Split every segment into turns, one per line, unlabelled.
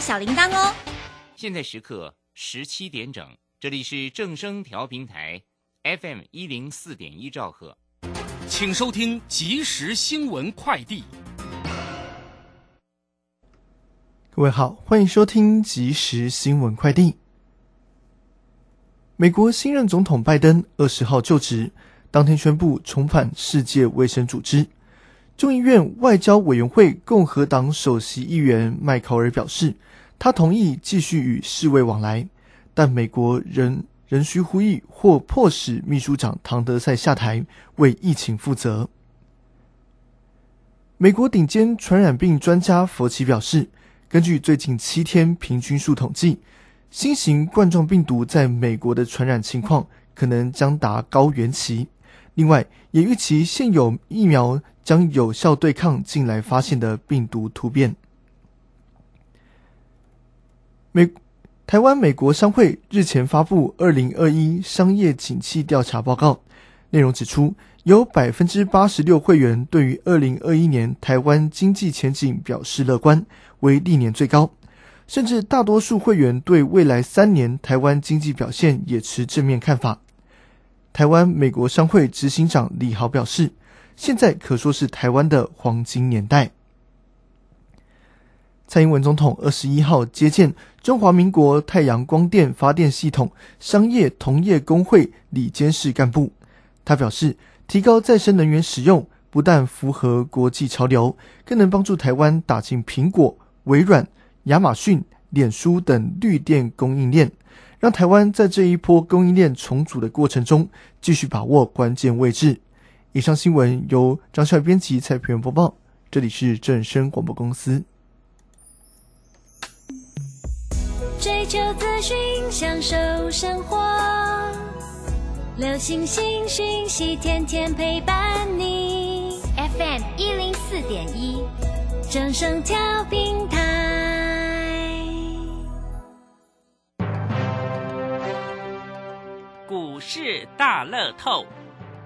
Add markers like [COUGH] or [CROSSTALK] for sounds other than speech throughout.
小铃铛哦。
现在时刻十七点整，这里是正声调频台 FM 一零四点一兆赫。
请收听即时新闻快递。
各位好，欢迎收听即时新闻快递。美国新任总统拜登二十号就职，当天宣布重返世界卫生组织。众议院外交委员会共和党首席议员麦考尔表示，他同意继续与世卫往来，但美国仍仍需呼吁或迫使秘书长唐德赛下台，为疫情负责。美国顶尖传染病专家佛奇表示，根据最近七天平均数统计，新型冠状病毒在美国的传染情况可能将达高原期。另外，也预期现有疫苗将有效对抗近来发现的病毒突变。美台湾美国商会日前发布《二零二一商业景气调查报告》，内容指出，有百分之八十六会员对于二零二一年台湾经济前景表示乐观，为历年最高，甚至大多数会员对未来三年台湾经济表现也持正面看法。台湾美国商会执行长李豪表示，现在可说是台湾的黄金年代。蔡英文总统二十一号接见中华民国太阳光电发电系统商业同业工会里监事干部，他表示，提高再生能源使用不但符合国际潮流，更能帮助台湾打进苹果、微软、亚马逊、脸书等绿电供应链。让台湾在这一波供应链重组的过程中，继续把握关键位置。以上新闻由张帅编辑蔡平原播报，这里是正声广播公司。
追求资讯，享受生活，流星星讯息，天天陪伴你。
FM 一零四点一，
正声调频台。
股市大乐透，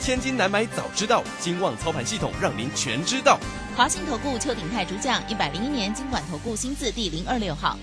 千金难买早知道，金旺操盘系统让您全知道。
华信投顾邱鼎泰主讲，一百零一年经管投顾新字第零二六号。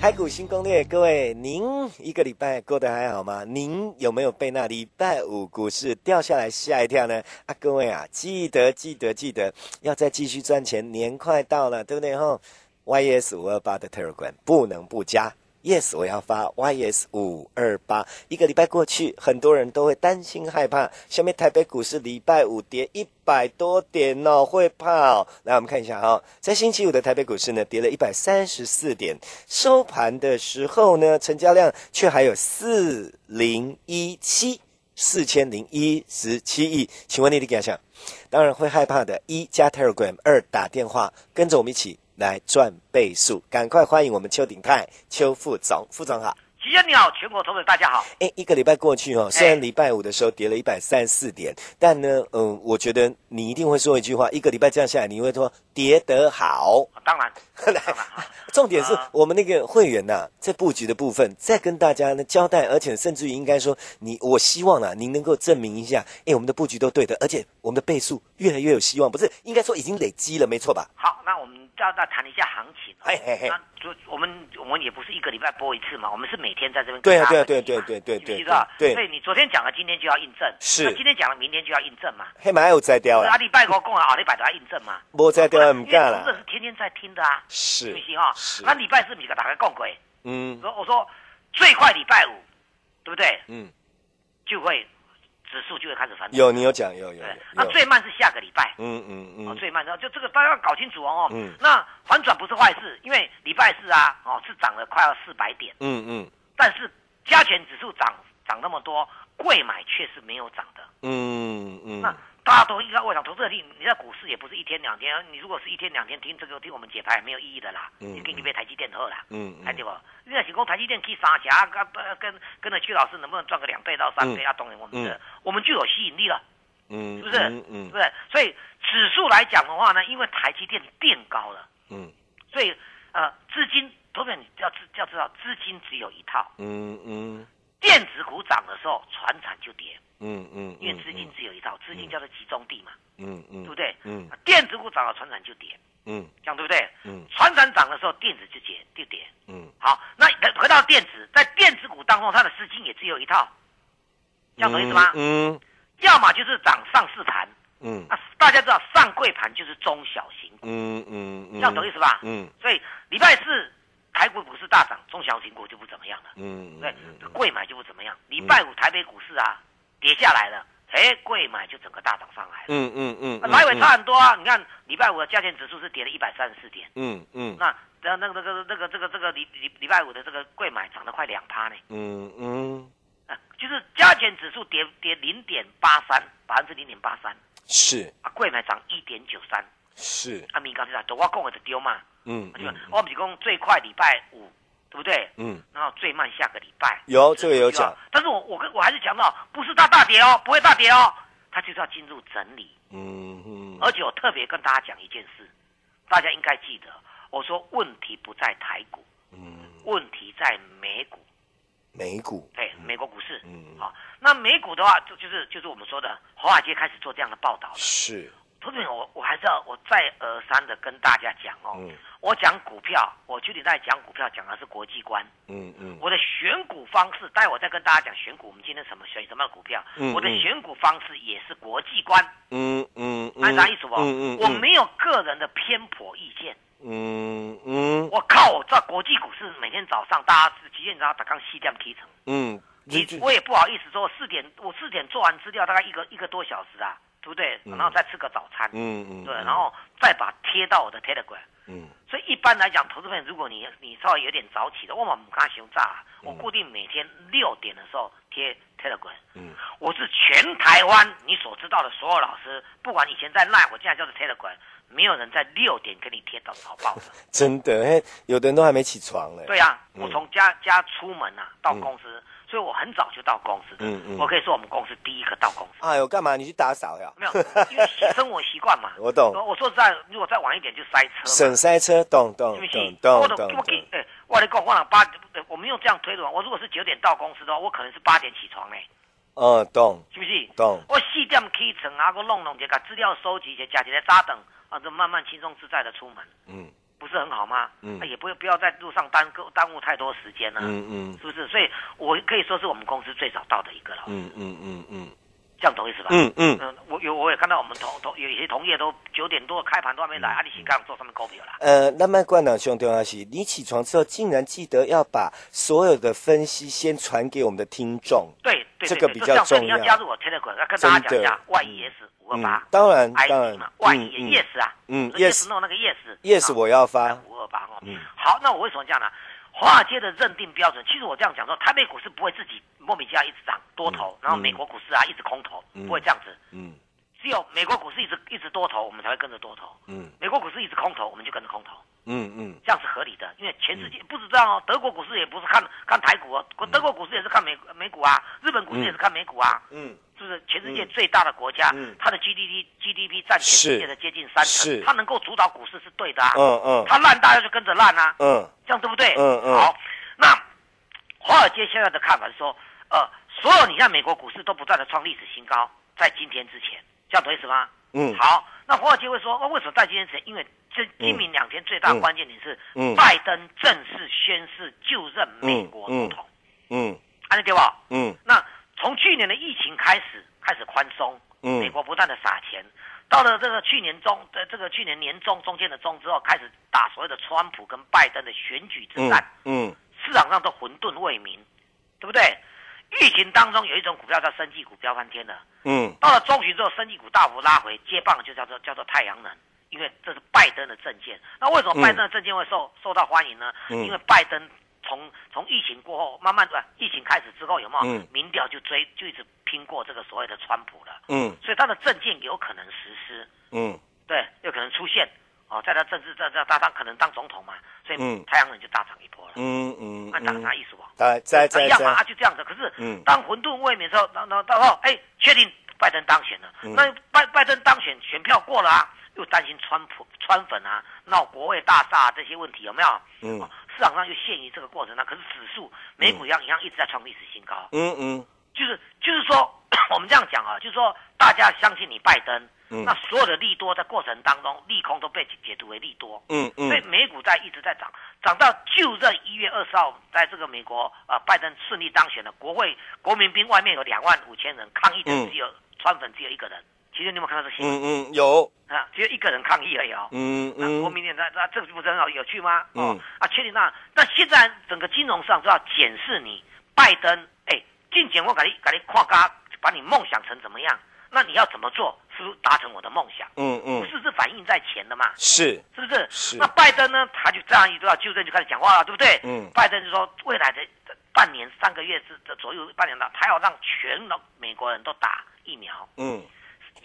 台股新攻略，各位，您一个礼拜过得还好吗？您有没有被那礼拜五股市掉下来吓一跳呢？啊，各位啊，记得记得记得，要再继续赚钱，年快到了，对不对吼？YS 五二八的 Telegram 不能不加。Yes，我要发 YS 五二八。一个礼拜过去，很多人都会担心害怕。下面台北股市礼拜五跌一百多点哦，会怕哦。来，我们看一下哈、哦，在星期五的台北股市呢，跌了一百三十四点，收盘的时候呢，成交量却还有四零一七。四千零一十七亿，请问你的感想？当然会害怕的。一加 Telegram，二打电话，跟着我们一起来赚倍数。赶快欢迎我们邱鼎泰、邱副总，副总好。
吉安你好，全国投资者大家好。
哎，一个礼拜过去哦，虽然礼拜五的时候跌了一百三十四点，但呢，嗯，我觉得你一定会说一句话：一个礼拜这样下来，你会说跌得好。
当然，
[LAUGHS] 来，重点是我们那个会员呐、在布局的部分，再跟大家呢交代，而且甚至于应该说，你我希望啊，您能够证明一下，哎，我们的布局都对的，而且我们的倍数越来越有希望，不是应该说已经累积了，没错吧？
好，那我们要再谈一下行情、哦。
嘿嘿嘿
那就我们我们也不是一个礼拜播一次嘛，我们是每天在这边
对
跟
啊
大家
对
分
啊
析嘛。
对啊对啊对啊对啊
你知道吧
对啊对啊
所以你昨天讲了，今天就要印证。
是哎
那今天讲了，明天就要印证嘛。
嘿，蛮有摘掉
啊，
了，
礼拜五讲了，后礼拜就要印证嘛。
没摘掉不
因为
干
同事
了，
是天天在听的啊，
是
不行啊
是。
那礼拜四你个打开共轨，
嗯
说我说最快礼拜五，对不对？
嗯，
就会指数就会开始反转。
有你有讲有有有
哎啊对，那最慢是下个礼拜。
嗯嗯
哦
嗯，，
最慢，然后就这个大家要搞清楚哦。
嗯
那反转不是坏事，因为礼拜四啊，哦是涨了快要四百点，
嗯嗯
但是加权指数涨涨那么多，贵买确实没有涨的。
嗯嗯
那
嗯，
大家都应该，我想投资者听，你在股市也不是一天两天，你如果是一天两天听这个听我们解牌没有意义的啦，
嗯
你给你被台积电喝啦，
嗯嗯
还啊对不？你要想讲台积电去杀侠，跟跟跟着屈老师能不能赚个两倍到三倍
嗯
啊？当然我们的、
嗯
我们就有吸引力了，
嗯
是不是？
嗯
是
嗯
不是？所以指数来讲的话呢，因为台积电垫高了，
嗯
所以呃资金，投资者你要知要知道资金只有一套，
嗯嗯
电子股涨的时候，船产就跌，
嗯嗯，
因为资金只有一套，资金叫做集中地嘛，
嗯嗯，
对不对？
嗯
啊电子股涨了，船产就跌。
嗯
这样对不对？
嗯
船长涨的时候，电子就跌就跌。
嗯
好，那回到电子，在电子股当中，它的资金也只有一套，这样懂意思吗？
嗯
要么就是涨上市盘，
嗯
那大家知道上柜盘就是中小型股，
嗯嗯
这
嗯，
样懂意思吧？
嗯
所以礼拜四台股股市大涨，中小型股就不怎么样了，
嗯，
对，贵买就不怎么样。礼拜五台北股市啊跌下来了，哎，贵买就整个大涨上来了，
嗯嗯嗯，
来回差很多啊。你看礼拜五的加权指数是跌了一百三十四点。
嗯嗯
那那那个那个那个这个这个礼礼礼拜五的这个贵买涨了快两趴呢，
嗯嗯，
啊，就是加权指数跌跌零点八三，百分之零点八三，
是
啊，贵买涨一点九三，
是，
啊，明刚才讲，我讲的就丢嘛，
嗯
就是我们是讲最快礼拜五，对不对？
嗯，
然后最慢下个礼拜。
有这个有讲，
但是我我跟我还是强调，不是它大跌哦，不会大跌哦，它就是要进入整理。
嗯嗯
而且我特别跟大家讲一件事，大家应该记得，我说问题不在台股，
嗯，
问题在美股。
美股，
对，哎美国股市，
嗯
好、那美股的话，就就是就是我们说的华尔街开始做这样的报道了。
是，
投资者，我我还是要我再而三的跟大家讲哦，
嗯
我讲股票，我具体在讲股票讲的是国际观，
嗯嗯
我的选股方式，待会再跟大家讲选股，我们今天什么选什么样的股票，
嗯
我的
嗯
选股方式也是国际观，
嗯嗯，
按啥意思不？哦
嗯嗯，
我没有个人的偏颇意见，
嗯嗯
我靠，我在国际股市每天早上大家是几点？早上打刚七点提成。
嗯，
你我也不好意思说四点，我四点做完资料大概一个一个多小时啊，对不对？
嗯
然后再吃个早餐，
嗯嗯，
对，然后再把贴到我的 Telegram。
嗯
所以一般来讲，投资朋友，如果你你稍微有点早起的，我们刚熊炸，我固定每天六点的时候贴 Telegram。
嗯
我是全台湾你所知道的所有老师，不管以前在 Line，我现在叫做 Telegram，没有人在六点跟你贴早早报的。
[LAUGHS] 真的，嘿，有的人都还没起床嘞，
对呀、
嗯
我从家家出门啊，到公司，所以我很早就到公司的。
嗯嗯
我可以说我们公司第一个到公司，
哎呦，干嘛你去打扫呀？。
没有，因为生活习惯嘛
[LAUGHS] 我懂
我我说实在，如果再晚一点就塞车嘛，
省塞车，懂懂
是不
懂
是？
懂
我
懂
都我给
懂，
哎，我来讲，我讲八，呃我们用这样推论，我如果是九点到公司的话，我可能是八点起床嘞，
嗯，懂
是不是？
懂，
我四点起床啊，我弄弄一下，把资料收集一下，加一个扎等，啊，就慢慢轻松自在的出门，
嗯
不是很好吗？啊
嗯
那也不不要在路上耽搁耽误太多时间啊呢、
嗯嗯
是不是？所以我可以说是我们公司最早到的一个了，
嗯嗯嗯嗯
这样懂意思吧？
嗯嗯，
嗯，我有我也看到我们同同有一些同业都九点多开盘都还没来，
嗯
啊，你是刚做什么股票啦？
呃，那么冠长兄重要是，你起床之后竟然记得要把所有的分析先传给我们的听众，
对对对，
这个
对
比
就
较
样所以
重
你
要
要加入我 Telegram，要跟大家讲一
真的
下，YES 五二八
当然当
，ID
然
嘛，，Y
嗯
E S 啊，
嗯
，Yes
，yes
No 那个 Yes
yes 我要发，
五二八哦
嗯。
好，那我为什么这样呢？华尔街的认定标准，其实我这样讲说，台北股市不会自己莫名其妙一直涨多头，然后美国股市啊一直空头，
嗯
不会这样子。
嗯
只有美国股市一直一直多头，我们才会跟着多头；
嗯
美国股市一直空头，我们就跟着空头，
嗯嗯
这样是合理的。因为全世界不止这样哦，德国股市也不是看看台股哦，德国股市也是看美美股啊，日本股市也是看美股啊，
嗯
是不是？全世界最大的国家，
嗯
它的 GDP GDP 占全世界的接近三
是
成，它能够主导股市是对的啊。
嗯嗯
它烂，大家就跟着烂啊，
嗯
这样对不对？
嗯嗯
好，那华尔街现在的看法是说，呃，所有你看美国股市都不断的创历史新高，在今天之前，这样懂意思吗？
嗯
好，那华尔街会说，哦那为什么在今天之前？因为这今明两天最大关键点是，
嗯
拜登正式宣誓就任美国总统，
嗯
安利对吧？
嗯
那从去年的疫情开始，开始宽松，
嗯
美国不断的撒钱，到了这个去年中，呃，这个去年年中中间的中之后，开始打所谓的川普跟拜登的选举之
嗯
战，
嗯
市场上都混沌未明，对不对？疫情当中有一种股票叫生技股飙翻天了，
嗯
到了中旬之后，生技股大幅拉回，接棒就叫做叫做太阳能，因为这是拜登的政见。那为什么
嗯
拜登的政见会受、受到欢迎呢？
嗯
因为拜登从从疫情过后，慢慢的疫情开始之后，有没有、
嗯
民调就追就一直拼过这个所谓的川普了，
嗯
所以他的政见有可能实施。
嗯
对，有可能出现哦，在他政治在在他当可能当总统嘛，所
嗯
以太阳能就大涨一波了，
嗯嗯，
那涨啥意思不？
在在
啊
在
一样嘛，啊
在，
就这样子。可是
嗯，
当混沌未泯的时候，然后到时候哎，确定拜登当选了，
嗯
那拜拜登当选，选票过了啊，又担心川普川粉啊闹国会大厦、这些问题有没有？
嗯
哦市场上就陷于这个过程啊。可是指数美股一样一样一直在创历史新高，
嗯嗯
就是就是说， [COUGHS] 我们这样讲啊，就是说大家相信你拜登，
嗯
那所有的利多在过程当中，利空都被解解读为利多，
嗯
所以
嗯
美股在一直在涨，涨到就任一月二十号，在这个美国呃拜登顺利当选了，国会国民兵外面有两万五千人抗议的
嗯
只有、川粉只有一个人，其实你有没有看到这新闻、
嗯嗯，有，
啊？只有一个人抗议而已哦。
嗯
那国
嗯
民党那那这个不是很好有趣吗？哦、
嗯
啊，确定那那现在整个金融市场都要检视你拜登，哎，进前我给你给你跨嘎，把你梦想成怎么样？那你要怎么做，是不是达成我的梦想？
嗯嗯，
是是反映在前的嘛？
是，
是不是？
是
那拜登呢？他就这样一路到纠正就开始讲话了，对不对？
嗯
拜登就说未来的这半年、三个月之这左右半年呢，他要让全老美国人都打疫苗，
嗯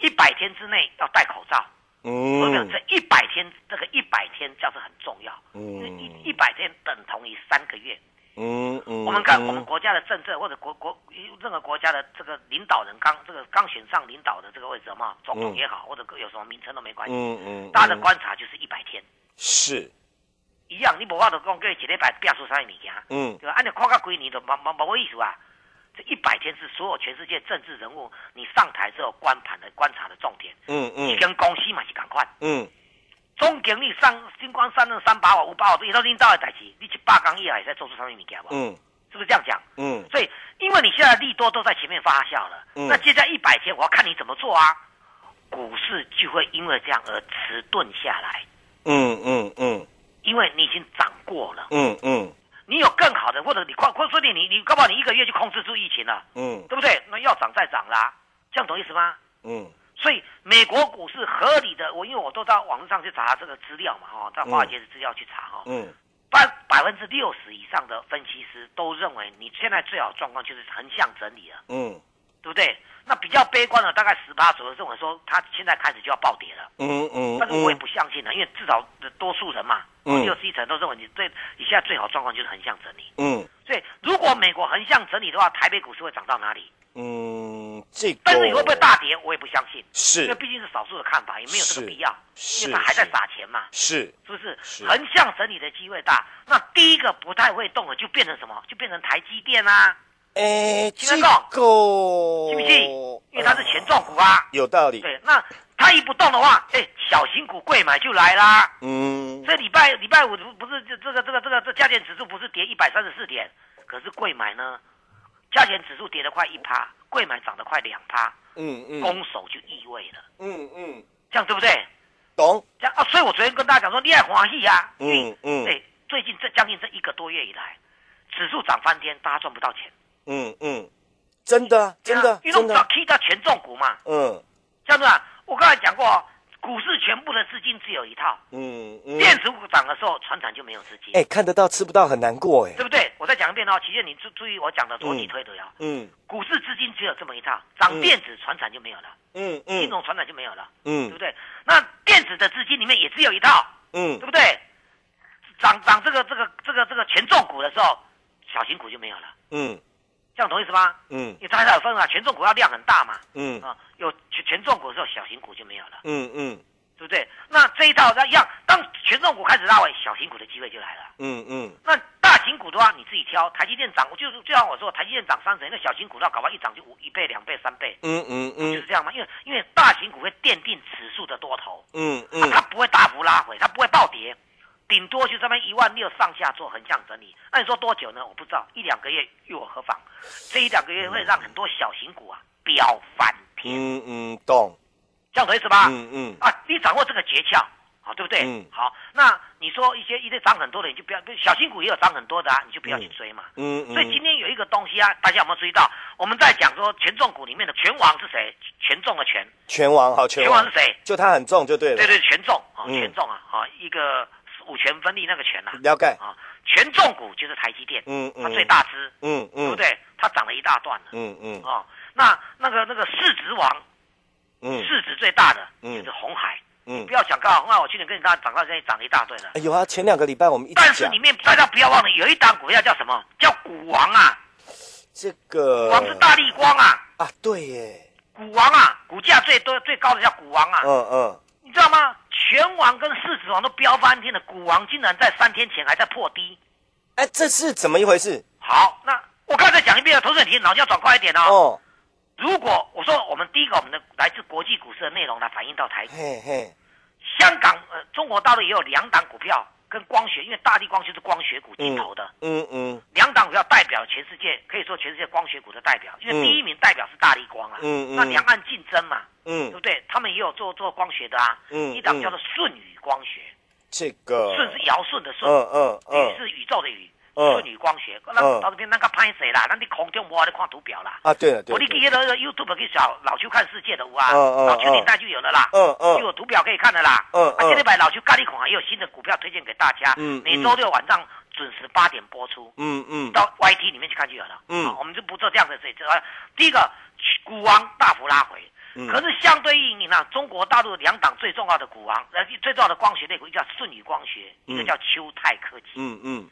一百天之内要戴口罩。我讲
嗯
这一百天，这个一百天叫是很重要，因为
嗯
一一百天等同于三个月。
嗯嗯，
我们看我们国家的政策或者国国任何国家的这个领导人刚这个刚选上领导的这个位置嘛，总统
嗯
也好，或者有什么名称都没关系，
嗯嗯，
大家的观察就是一百天。
是，
一样，你无法度讲叫伊一礼拜变出啥物件，
嗯
对吧？按你看个几年都冇冇冇意思啊！这一百天是所有全世界政治人物你上台之后观盘的观察的重点，
嗯嗯
跟公司嘛是同款。
嗯
总经理上新光三任三把火五把火，这都领导的代志，你一百工以来在做出啥物件无？
嗯
是不是这样讲？
嗯
所以，因为你现在利多都在前面发酵了，
嗯
那接下来一百天我要看你怎么做啊！股市就会因为这样而迟钝下来，
嗯嗯嗯
因为你已经涨过了。
嗯嗯
你有更好的，或者你快，或者说你你你，搞不好你一个月就控制住疫情了，
嗯
对不对？那要涨再涨啦、这样懂意思吗？
嗯
所以美国股市合理的，我因为我都到网络上去查这个资料嘛，哈、哦，到华尔街的资料去查哈、哦，
嗯
百百分之六十以上的分析师都认为你现在最好的状况就是横向整理了，
嗯
对不对？那比较悲观的大概十八左右认为说它现在开始就要暴跌了。
嗯嗯，
但是我也不相信了，因为至少多数人嘛，
嗯
六十一层都认为你最你现在最好的状况就是横向整理。
嗯
所以，如果美国横向整理的话，台北股市会涨到哪里？
嗯，这个，
但是你会不会大跌，我也不相信，因为
是
毕竟是少数的看法，也没有这
是
个必要，因
是
为他还在撒钱嘛，
是
是不是？
是
横向整理的机会大，那第一个不太会动的就变成什么？就变成台积电啊，
哎，这
听得
个
懂
哦
信不信？因为它是权重股啊。
有道理，
对，那它一不动的话，哎，小型股贵买就来啦。
嗯
这礼拜礼拜五不是这这个这个这个这加权指数不是跌一百三十四点，可是贵买呢，加权指数跌了快一趴，贵买涨得快两趴，
嗯嗯
攻守就意味了，
嗯嗯，
这样对不对？
懂，
这样啊，所以我昨天跟大家讲说，你也欢喜呀、啊，
嗯嗯
对，最近这将近这一个多月以来，指数涨翻天，大家赚不到钱，啊
嗯嗯，真的真的
因为我
真
们要
的，
踢到权重股嘛，
嗯
这样子啊，我刚才讲过、哦，股市全部的资金只有一套，
嗯嗯，
电子股涨的时候，船产就没有资金，
哎，看得到吃不到很难过哎
对，不对？我再讲一遍哦，齐燕，你注注意我讲的逻辑推理哦。
嗯
股市资金只有这么一套，涨电子、船产就没有了，
嗯
金
嗯
融船产就没有了，对不
嗯
对？那电子的资金里面也只有一套，对
嗯
不对？涨涨这个这个这个这个权重股的时候，小型股就没有了，
嗯
这样懂意思吗？
嗯
因为大家有分啊，权重股要量很大嘛，
嗯
啊，有权权重股的时候，小型股就没有了，
嗯嗯
对不对？那这一套那一样，当权重股开始拉尾，小型股的机会就来了。
嗯嗯
那大型股的话，你自己挑。台积电涨，我就是就像我说，台积电涨三成，那小型股的话，搞不好一涨就五一倍、两倍、三倍，
嗯
就
嗯
是这样嘛。因为因为大型股会奠定指数的多头，
嗯
啊、它
嗯，
不会大幅拉回，它不会暴跌，顶多就这么一万六上下做横向整理。那你说多久呢？我不知道，一两个月又何妨？这一两个月会让很多小型股啊飙翻天，
嗯嗯懂，
这样懂意思吧？
嗯嗯
啊，你掌握这个诀窍好，对不对？
嗯
好，那你说一些一些涨很多的，你就不要，小新股也有涨很多的啊，你就不要去追嘛。
嗯
所以今天有一个东西啊，大家有没有注意到？我们在讲说权重股里面的权王是谁？权重的权，
拳王好，拳
拳王是谁？
就他很重就对了。
对对，权重啊，
嗯
权重啊，啊，一个五权分立那个权呐、
了解。
啊，权重股就是台积电，
嗯嗯
它最大只，
嗯嗯，
对不？对？它涨了一大段了
嗯嗯
啊、那那个那个市值王，
嗯
市值最大的
嗯
就是红海，
嗯
不。要想高，红海我去年跟你大家涨到现在涨了一大堆了。
哎有啊，前两个礼拜我们一
但
直
是
讲
里面大家不要忘了，有一档股票叫什么？叫股王啊，
这个
王是大力光啊，
啊，对耶，
股王啊，股价最多最高的叫股王啊，
嗯嗯，
你知道吗？全网跟市值王都飙翻天了，股王竟然在三天前还在破低。
哎，这是怎么一回事？
好，那我刚才讲一遍了，投资者你脑筋要转快一点哦。
哦，
如果我说我们第一个，我们的来自国际股市的内容来反映到台股，
嘿嘿，
香港呃中国大陆也有两档股票跟光学，因为大力光就是光学股进头的，
嗯嗯
两档股票代表全世界，可以说全世界光学股的代表，因为
嗯
第一名代表是大力光啊，
嗯嗯
那两岸竞争嘛，对不
嗯，
对？他们也有做做光学的啊，
嗯
一档叫做舜宇光学，
这个，
舜是尧舜的舜，
哦嗯嗯
宇
嗯，
是宇宙的宇，
嗯
舜宇光学，那
嗯
到这边那个拍谁啦？那你空中摸你看图表啦。
啊，对了对
我
了
你
对
记
了，
得那个 YouTube 去找老邱看世界的有啊，
嗯嗯
老邱
嗯
年代就有了啦，
嗯嗯
就有图表可以看的啦。
嗯
啊，
嗯
这礼拜老邱咖喱款也有新的股票推荐给大家，
嗯
每
嗯
周六晚上准时八点播出。
嗯嗯
到 YT 里面去看就有了。
嗯
好我们就不做这样的事情。呃第一个，股王大幅拉回，
嗯
可是相对应你呢，中国大陆两档最重要的股王，呃，最重要的光学类股，一个叫舜宇光学，
嗯
一个叫秋泰科技，
嗯嗯，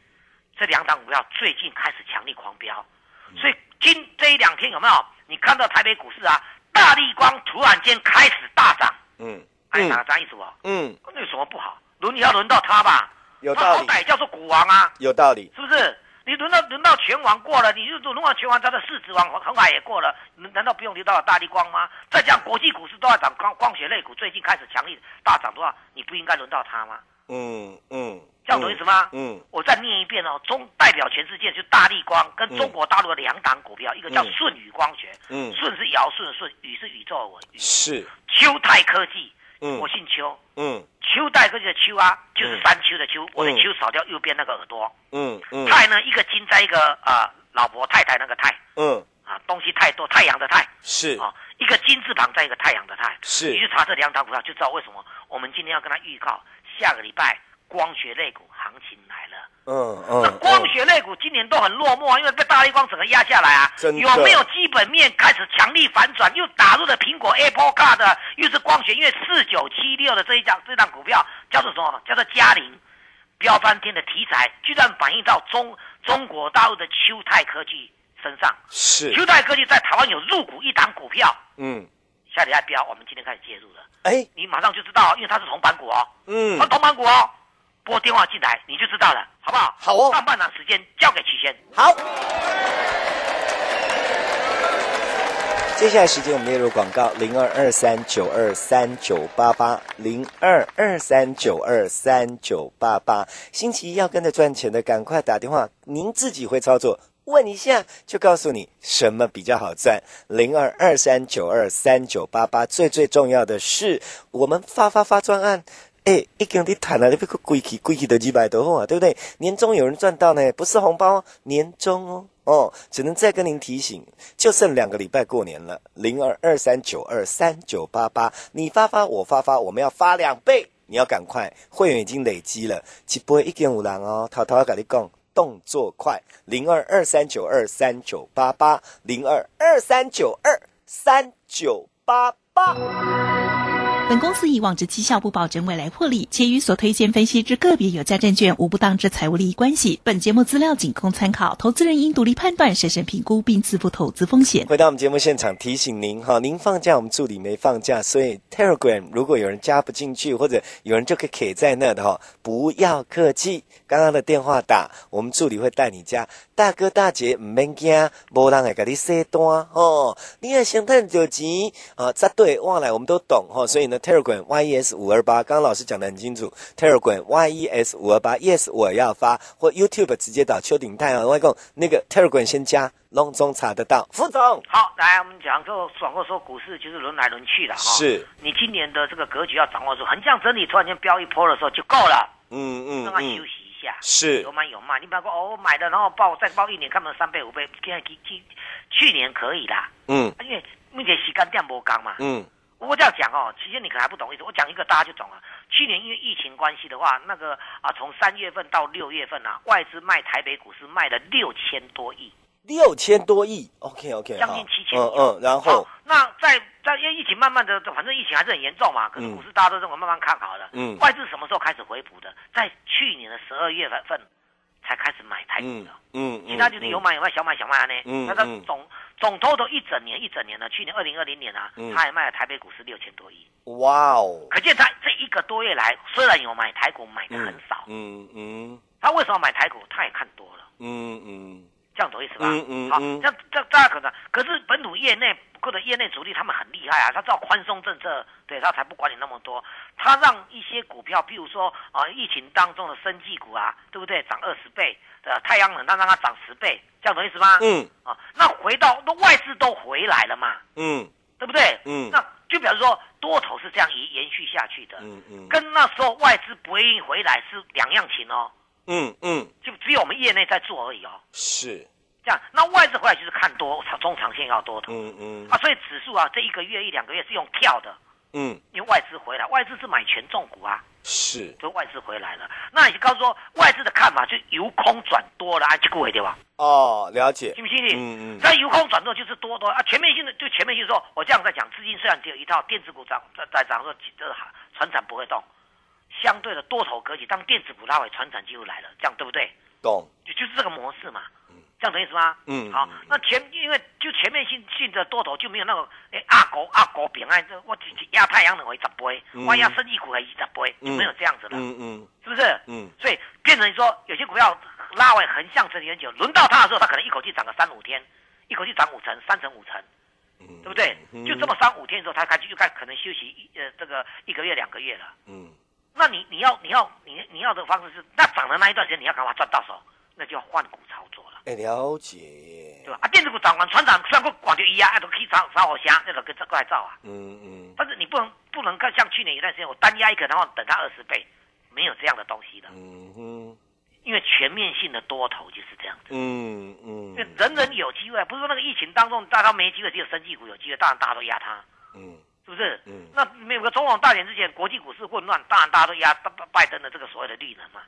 这两档股票最近开始强力狂飙，
嗯
所以今这一两天有没有？你看到台北股市啊，大力光突然间开始大涨，
嗯
哎，
嗯
哪个涨意思哦？
嗯，
那有什么不好？轮你要轮到它吧，
有
它
道
好
理
歹叫做股王啊。
有道理，
是不是？你轮到轮到拳王过了，你就轮到拳王，他的市值王红海也过了，难难道不用留到大力光吗？再讲国际股市都要涨，光光学类股最近开始强力大涨的话，你不应该轮到它吗？
嗯嗯，
这样懂意思吗？
嗯
我再念一遍哦，中代表全世界就大力光跟中国大陆的两档股票，一个叫
嗯
舜宇光学，
嗯
舜是尧舜的舜，宇是宇宙的文，宇
是，
秋泰科技，
嗯
我姓邱，
嗯
秋泰科技的秋啊，就是
嗯
山丘的丘，我的
嗯
丘少掉右边那个耳朵，
嗯嗯
泰呢，一个金在一个呃老婆太太那个太
嗯
啊，东西太多，太阳的太
是
啊，一个金字旁在一个太阳的太，
是
你去查这两档股票就知道为什么我们今天要跟他预告下个礼拜光学类股行情来了。
嗯
那
嗯，
光学类股今年都很落寞啊，因为被大力光整个压下来啊。
真的
有没有基本面开始强力反转，又打入了苹果 Apple Card，的又是光学，因为四九七六的这一张这张股票叫做什么？叫做嘉陵，飙翻天的题材，居然反映到中中国大陆的秋泰科技身上。
是，
秋泰科技在台湾有入股一档股票，
嗯，
下礼拜标，我们今天开始介入了，
哎，
你马上就知道，因为它是铜板股哦。
嗯
它，铜板股哦，拨电话进来你就知道了，好不好？
好哦
上半场时间交给启贤。
好。接下来时间我们列入广告零二二三九二三九八八零二二三九二三九八八。星期一要跟着赚钱的，赶快打电话，您自己会操作。问一下就告诉你什么比较好赚，零二二三九二三九八八。最最重要的是，我们发发发专案，哎，一经你谈了，你别个贵气贵气的几百多后啊，对不对？年终有人赚到呢，不是红包哦，年终哦。哦，只能再跟您提醒，就剩两个礼拜过年了，零二二三九二三九八八，你发发我发发，我们要发两倍，你要赶快，会员已经累积了，一波一点五郎哦，淘淘跟你讲，动作快，零二二三九二三九八八，零二二三九二三九八八。
本公司以往之绩效不保证未来获利，且与所推荐分析之个别有价证券无不当之财务利益关系。本节目资料仅供参考，投资人应独立判断、审慎评估并自负投资风险。
回到我们节目现场，提醒您哈，您放假，我们助理没放假，所以 Telegram 如果有人加不进去，或者有人就可以 K 在那的哈，不要客气，刚刚的电话打，我们助理会带你加。大哥大姐唔免惊，无人会给你洗单哦。你也先赚着钱啊，扎对话来我们都懂哈、哦，所以呢。的 Telegram YES 五二八，刚刚老师讲的很清楚，Telegram YES 五二八，Yes 我要发，或 YouTube 直接打邱鼎泰啊，外公那个 Telegram 先加，隆中查得到，副总
好，来我们讲说，转过说股市就是轮来轮去的哈。
是，
你今年的这个格局要掌握住，横向整理突然间飙一波的时候就够了，
嗯嗯
让它休
嗯，
息一下。
是
有买有卖，你不要说哦，我买了然后报再报一年，看不能三倍五倍，现在去去去年可以啦，
嗯
啊因为目前洗干电波刚嘛。
嗯
我这样讲哦，其实你可能还不懂意思，我讲一个大家就懂了。去年因为疫情关系的话，那个啊，从三月份到六月份啊，外资卖台北股市卖了六千多亿。
六千多亿，OK OK，
将近7000
嗯嗯，然后
好，哦那在在因为疫情慢慢的，反正疫情还是很严重嘛，可是
嗯
股市大家都认为慢慢看好了。
嗯
外资什么时候开始回补的？在去年的十二月份才开始买台股
嗯
的，
嗯，嗯
其他就是有，买有卖，小买小卖啊呢。
嗯
那它
嗯
总总 total 一整年一整年呢，去年二零二零年啊
嗯，
它也卖了台北股市六千多亿。
嗯哇哦，
可见他这一个多月来，虽然有买台股，买的很少。
嗯嗯
他为什么买台股？他也看多了，
嗯嗯
这样懂意思吧？
嗯嗯
好
嗯，
这样这样大家可能，可是本土业内或者业内主力他们很厉害啊，他知道宽松政策，对他才不管你那么多，他让一些股票，譬如说啊、呃疫情当中的生技股啊，对不对？涨二十倍，呃，太阳能，他让它涨十倍，这样懂意思吗？
嗯
啊，那回到那外资都回来了嘛，
嗯
对不对？
嗯
那就表示说多头是这样延延续下去的。
嗯嗯
跟那时候外资不愿意回来是两样情哦，
嗯嗯，
就只有我们业内在做而已哦。
是，
这样，那外资回来就是看多长中长线要多头、
嗯嗯
啊，所以指数啊这一个月一两个月是用跳的，
嗯
因为外资回来，外资是买权重股啊，
是，
所以外资回来了。那你就告诉说外资的看法就由空转多了，按这个位对吧？
哦，了解
信，不信你？
嗯嗯
那由空转弱就是多多啊，全面性的就全面性说，我这样在讲，资金虽然只有一套，电子股涨在在涨说，这船产不会动，相对的多头格局，当电子股拉回，船产就来了，这样对不对？
懂，
就就是这个模式嘛，这样懂意思吗？
嗯
好
嗯，
那前因为就全面性性的多头就没有那个诶阿狗阿狗饼啊，这我只只压太阳能为十倍，
嗯
我压生意股为二十倍，
嗯
就没有这样子了，
嗯嗯
是不是？
嗯
所以变成说有些股票拉尾横向整理很久，轮到它的时候，它可能一口气涨个三五天，一口气涨五成、三成、五成，
嗯，
对不对？
嗯
就这么三五天的时候，它开始就开可能休息一呃这个一个月两个月了。
嗯
那你你要你要你你要的方式是，那涨的那一段时间你要赶快赚到手，那就要换股操作了，
哎，了解
对，吧？啊，电子股涨完，船长虽然够管就一样，啊都可以涨烧火虾，那个跟这过来造啊。
嗯嗯
但是你不能不能看像去年一段时间，我单压一个，然后等它二十倍，没有这样的东西的，
嗯嗯
因为全面性的多头就是这样子。
嗯
因
嗯
为人人有机会，不是说那个疫情当中大家没机会，只有生技股有机会，当然大家都压它，
嗯
是不是？
嗯
那美国总统大选之前，国际股市混乱，当然大家都压拜拜登的这个所谓的绿能嘛。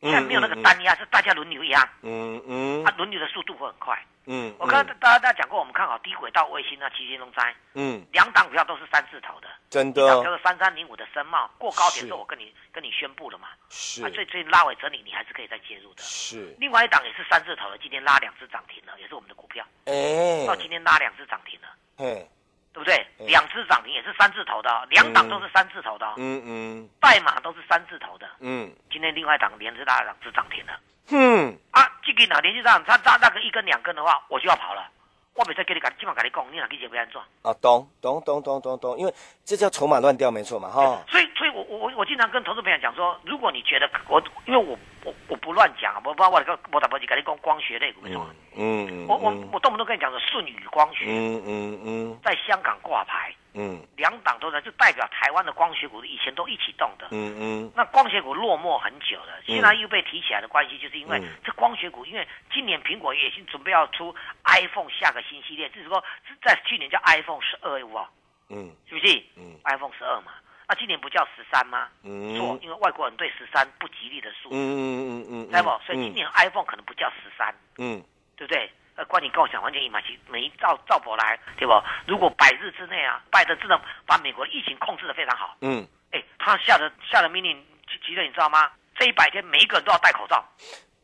现在没有那个单压，是大家轮流压，
嗯嗯
它轮流的速度会很快。
嗯，
我刚刚大家大家讲过，我们看好低轨道卫星啊、七星龙灾，
嗯
两档股票都是三字头的，
真
叫
的
做三三零五的申茂，过高点
嗯是
之后我跟你跟你宣布了嘛，
是
啊，最最拉尾整理你还是可以再介入的。
是，
另外一档也是三字头的，今天拉两只涨停了，也是我们的股票，
哎
到今天拉两只涨停了，
嘿
对不对？
嗯
两只涨停也是三字头的哦，两档都是三字头的哦，
嗯嗯
代码都是三字头的，
嗯，
今天另外一档连着拉两只涨停了。
哼，
啊，这个呢，连续上他他那个一根两根的话，我就要跑了。我每次跟你讲，今晚跟你讲，你哪去就不要做。
啊，懂懂懂懂懂懂，因为这叫筹码乱掉，没错嘛，哈，
所以，所以我我我我经常跟投资朋友讲说，如果你觉得我，因为我我我不乱讲，啊我不我个我打不跟你讲光学类股为什么？
嗯
我我我动不动跟你讲说舜宇光学、
嗯嗯嗯
在香港挂牌，
嗯
两党都在，就代表台湾的光学股以前都一起动的。
嗯嗯
那光学股落寞很久了，现在又被提起来的关系，就是因为
嗯
这光学股，因为今年苹果也已经准备要出 iPhone 下个新系列，只是说是在去年叫 iPhone 十二，哇，
嗯
是不是？
嗯
i p h o n e 十二嘛，那今年不叫十三吗？
嗯，
错，因为外国人对十三不吉利的数，
嗯嗯嗯嗯，
对不？所以今年 iPhone 可能不叫十三，
嗯
对不对？呃，关你跟我讲完全一码事，没照照过来，对不？如果百日之内啊，拜登真的把美国疫情控制的非常好，
嗯，
哎，他下的下的命令，其其实你知道吗？这一百天每一个人都要戴口罩，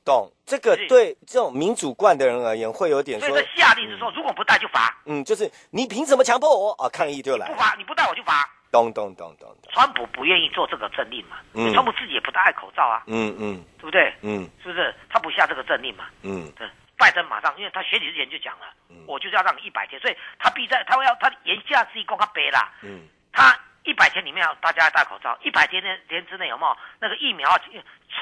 懂这个对这种民主惯的人而言，会有点
所以
说
这，下令是说，如果不戴就罚，
嗯，就是你凭什么强迫我啊？抗议就来
不
了，
罚你不戴我就罚。
懂懂懂懂懂，
川普不愿意做这个政令嘛，
嗯
川普自己也不戴口罩啊，
嗯嗯
对不对？
嗯
是不是？他不下这个政令嘛？
嗯
对，拜登马上，因为他选举之前就讲了，我就是要让你一百天，所以他必在，他要他言下之意，光他背啦，
嗯
他一一百天里面大家要戴口罩，一百天天之内有没有那个疫苗？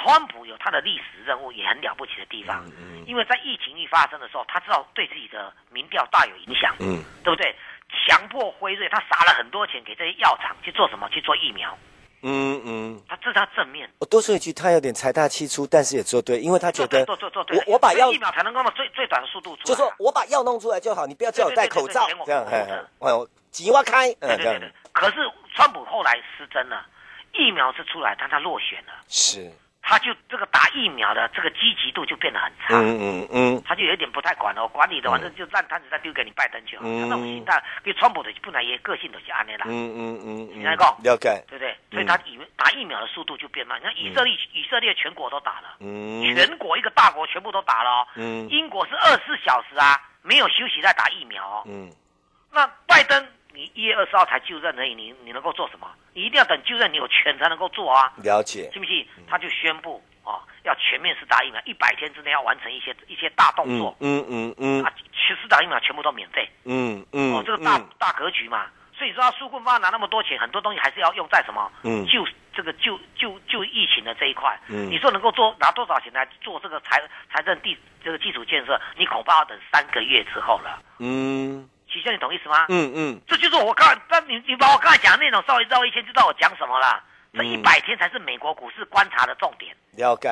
川普有他的历史任务，也很了不起的地方，
嗯嗯
因为在疫情一发生的时候，他知道对自己的民调大有影响，
嗯，
对不对？强迫辉瑞，他撒了很多钱给这些药厂去做什么？去做疫苗，
嗯嗯，
他这是他正面。
我多说一句，他有点财大气粗，但是也做对，因为他
做
觉得
对做做做对，
我我把
所以
药
疫苗才能够用最最短的速度出来啊，
就说我把药弄出来就好，你不要叫我戴口罩
对对对对对
这样，
对对对
哎哎，我挤挖开，
对
嗯这
对对
样
对。可是川普后来失真了，疫苗是出来，但他落选了，
是，
他就这个打疫苗的这个积极度就变得很差。
嗯嗯嗯，
他就有点不太管了，管理的反正就烂摊子再丢给你拜登去了。
嗯
他那种心态，跟川普的本来也个性都是安的啦，
嗯嗯嗯，
你来讲
了解，
对不对？所以他以打疫苗的速度就变慢。你看以色列，以色列全国都打了，
嗯，
全国一个大国全部都打了哦。
嗯
英国是二十四小时啊，没有休息在打疫苗哦。
嗯
那拜登，你一月二十号才就任而已，你你能够做什么？你一定要等就任，你有权才能够做啊，
了解，
信不信？他就宣布哦，要全面施打疫苗，一百天之内要完成一些一些大动
嗯
作、
嗯嗯嗯
啊，其实施打疫苗全部都免费
嗯
哦
嗯，，
这个大、大格局嘛。所以说，他苏棍帮他拿那么多钱，很多东西还是要用在什么？
嗯
救这个救救救疫情的这一块。
嗯
你说能够做拿多少钱来做这个财财政地这个基础建设？你恐怕要等三个月之后了。
嗯
许先生，你懂意思吗？
嗯嗯
这就是我刚，那你你把我刚才讲的内容稍微绕一圈，就知道我讲什么了。这
嗯
一百天才是美国股市观察的重点，
了解，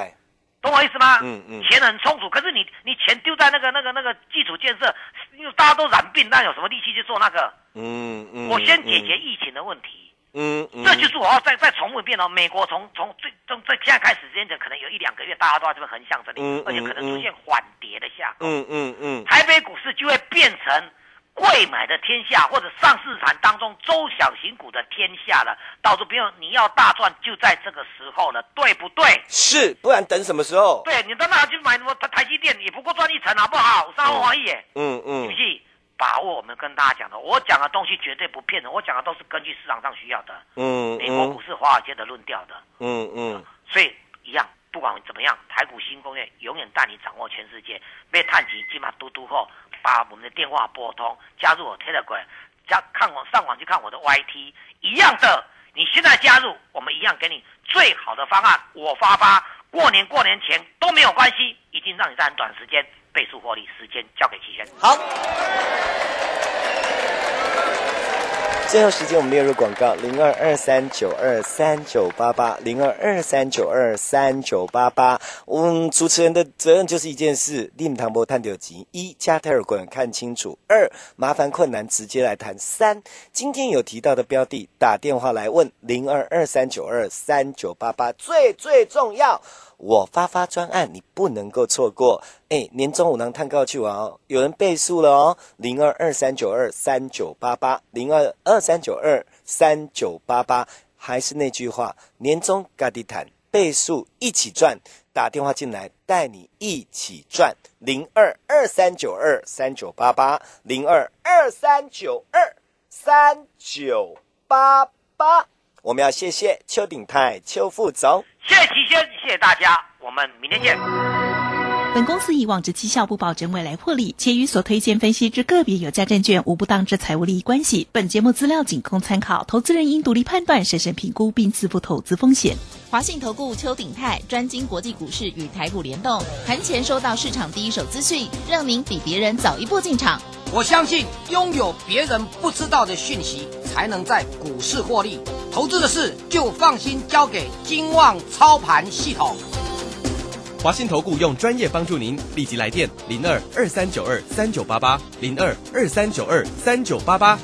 懂我意思吗？
嗯嗯
钱很充足，可是你你钱丢在那个那个那个基础建设，因为大家都染病，那有什么力气去做那个？
嗯嗯，
我先解决疫情的问题，
嗯嗯，
这就是我要再再重复一遍哦。美国从从最从最现在开始时间点，可能有一两个月，大家都在这边横向整理，
嗯嗯
而且可能出现缓跌的下攻。
嗯嗯嗯
台北股市就会变成贵买的天下，或者上市盘当中中小型股的天下了。到时候不用你要大赚，就在这个时候了，对不对？
是，不然等什么时候？
对，你到那去买什么台台积电，也不过赚一成，好不好？我三万黄耶，
嗯
是
嗯
不，是？把握我们跟大家讲的，我讲的东西绝对不骗人，我讲的都是根据市场上需要的，
嗯
美国股
嗯
市、华尔街的论调的。
嗯嗯，
所以一样，不管怎么样，台股新攻略永远带你掌握全世界。被探及金马嘟嘟后，把我们的电话拨通，加入我 Telegram，加看我上网去看我的 YT，一样的。你现在加入，我们一样给你最好的方案，我发发，过年过年前都没有关系，一定让你在很短时间倍数获利。时间交给齐轩。
好。最后时间，我们列入广告：零二二三九二三九八八，零二二三九二三九八八。嗯，主持人的责任就是一件事：令唐博探究集，一加特尔滚看清楚，二麻烦困难直接来谈，三今天有提到的标的，打电话来问零二二三九二三九八八。最最重要，我发发专案，你不能够错过。哎，年终五郎探告去玩哦，有人倍数了哦，零二二三九二三九八八，零二二三九二三九八八，还是那句话，年终嘎地坦，倍数一起赚，打电话进来带你一起赚，零二二三九二三九八八，零二二三九二三九八八，我们要谢谢邱鼎泰邱副总。
谢谢齐轩，谢谢大家，我们明天见。
本公司以往之绩效不保证未来获利，且与所推荐分析之个别有价证券无不当之财务利益关系。本节目资料仅供参考，投资人应独立判断、审慎评估并自负投资风险。
华信投顾邱鼎泰专精国际股市与台股联动，盘前收到市场第一手资讯，让您比别人早一步进场。
我相信拥有别人不知道的讯息，才能在股市获利。投资的事就放心交给金旺操盘系统。
华信投顾用专业帮助您，立即来电零二二三九二三九八八零二二三九二三九八八。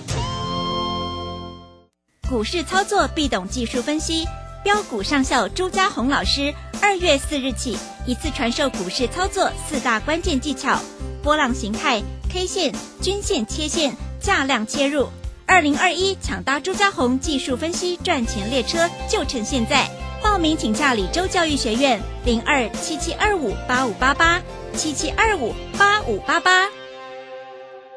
股市操作必懂技术分析，标股上校朱家红老师二月四日起一次传授股市操作四大关键技巧：波浪形态、K 线、均线切线、价量切入。二零二一抢搭朱家红技术分析赚钱列车，就趁现在！报名请洽李州教育学院零二七七二五八五八八七七二五八五八八。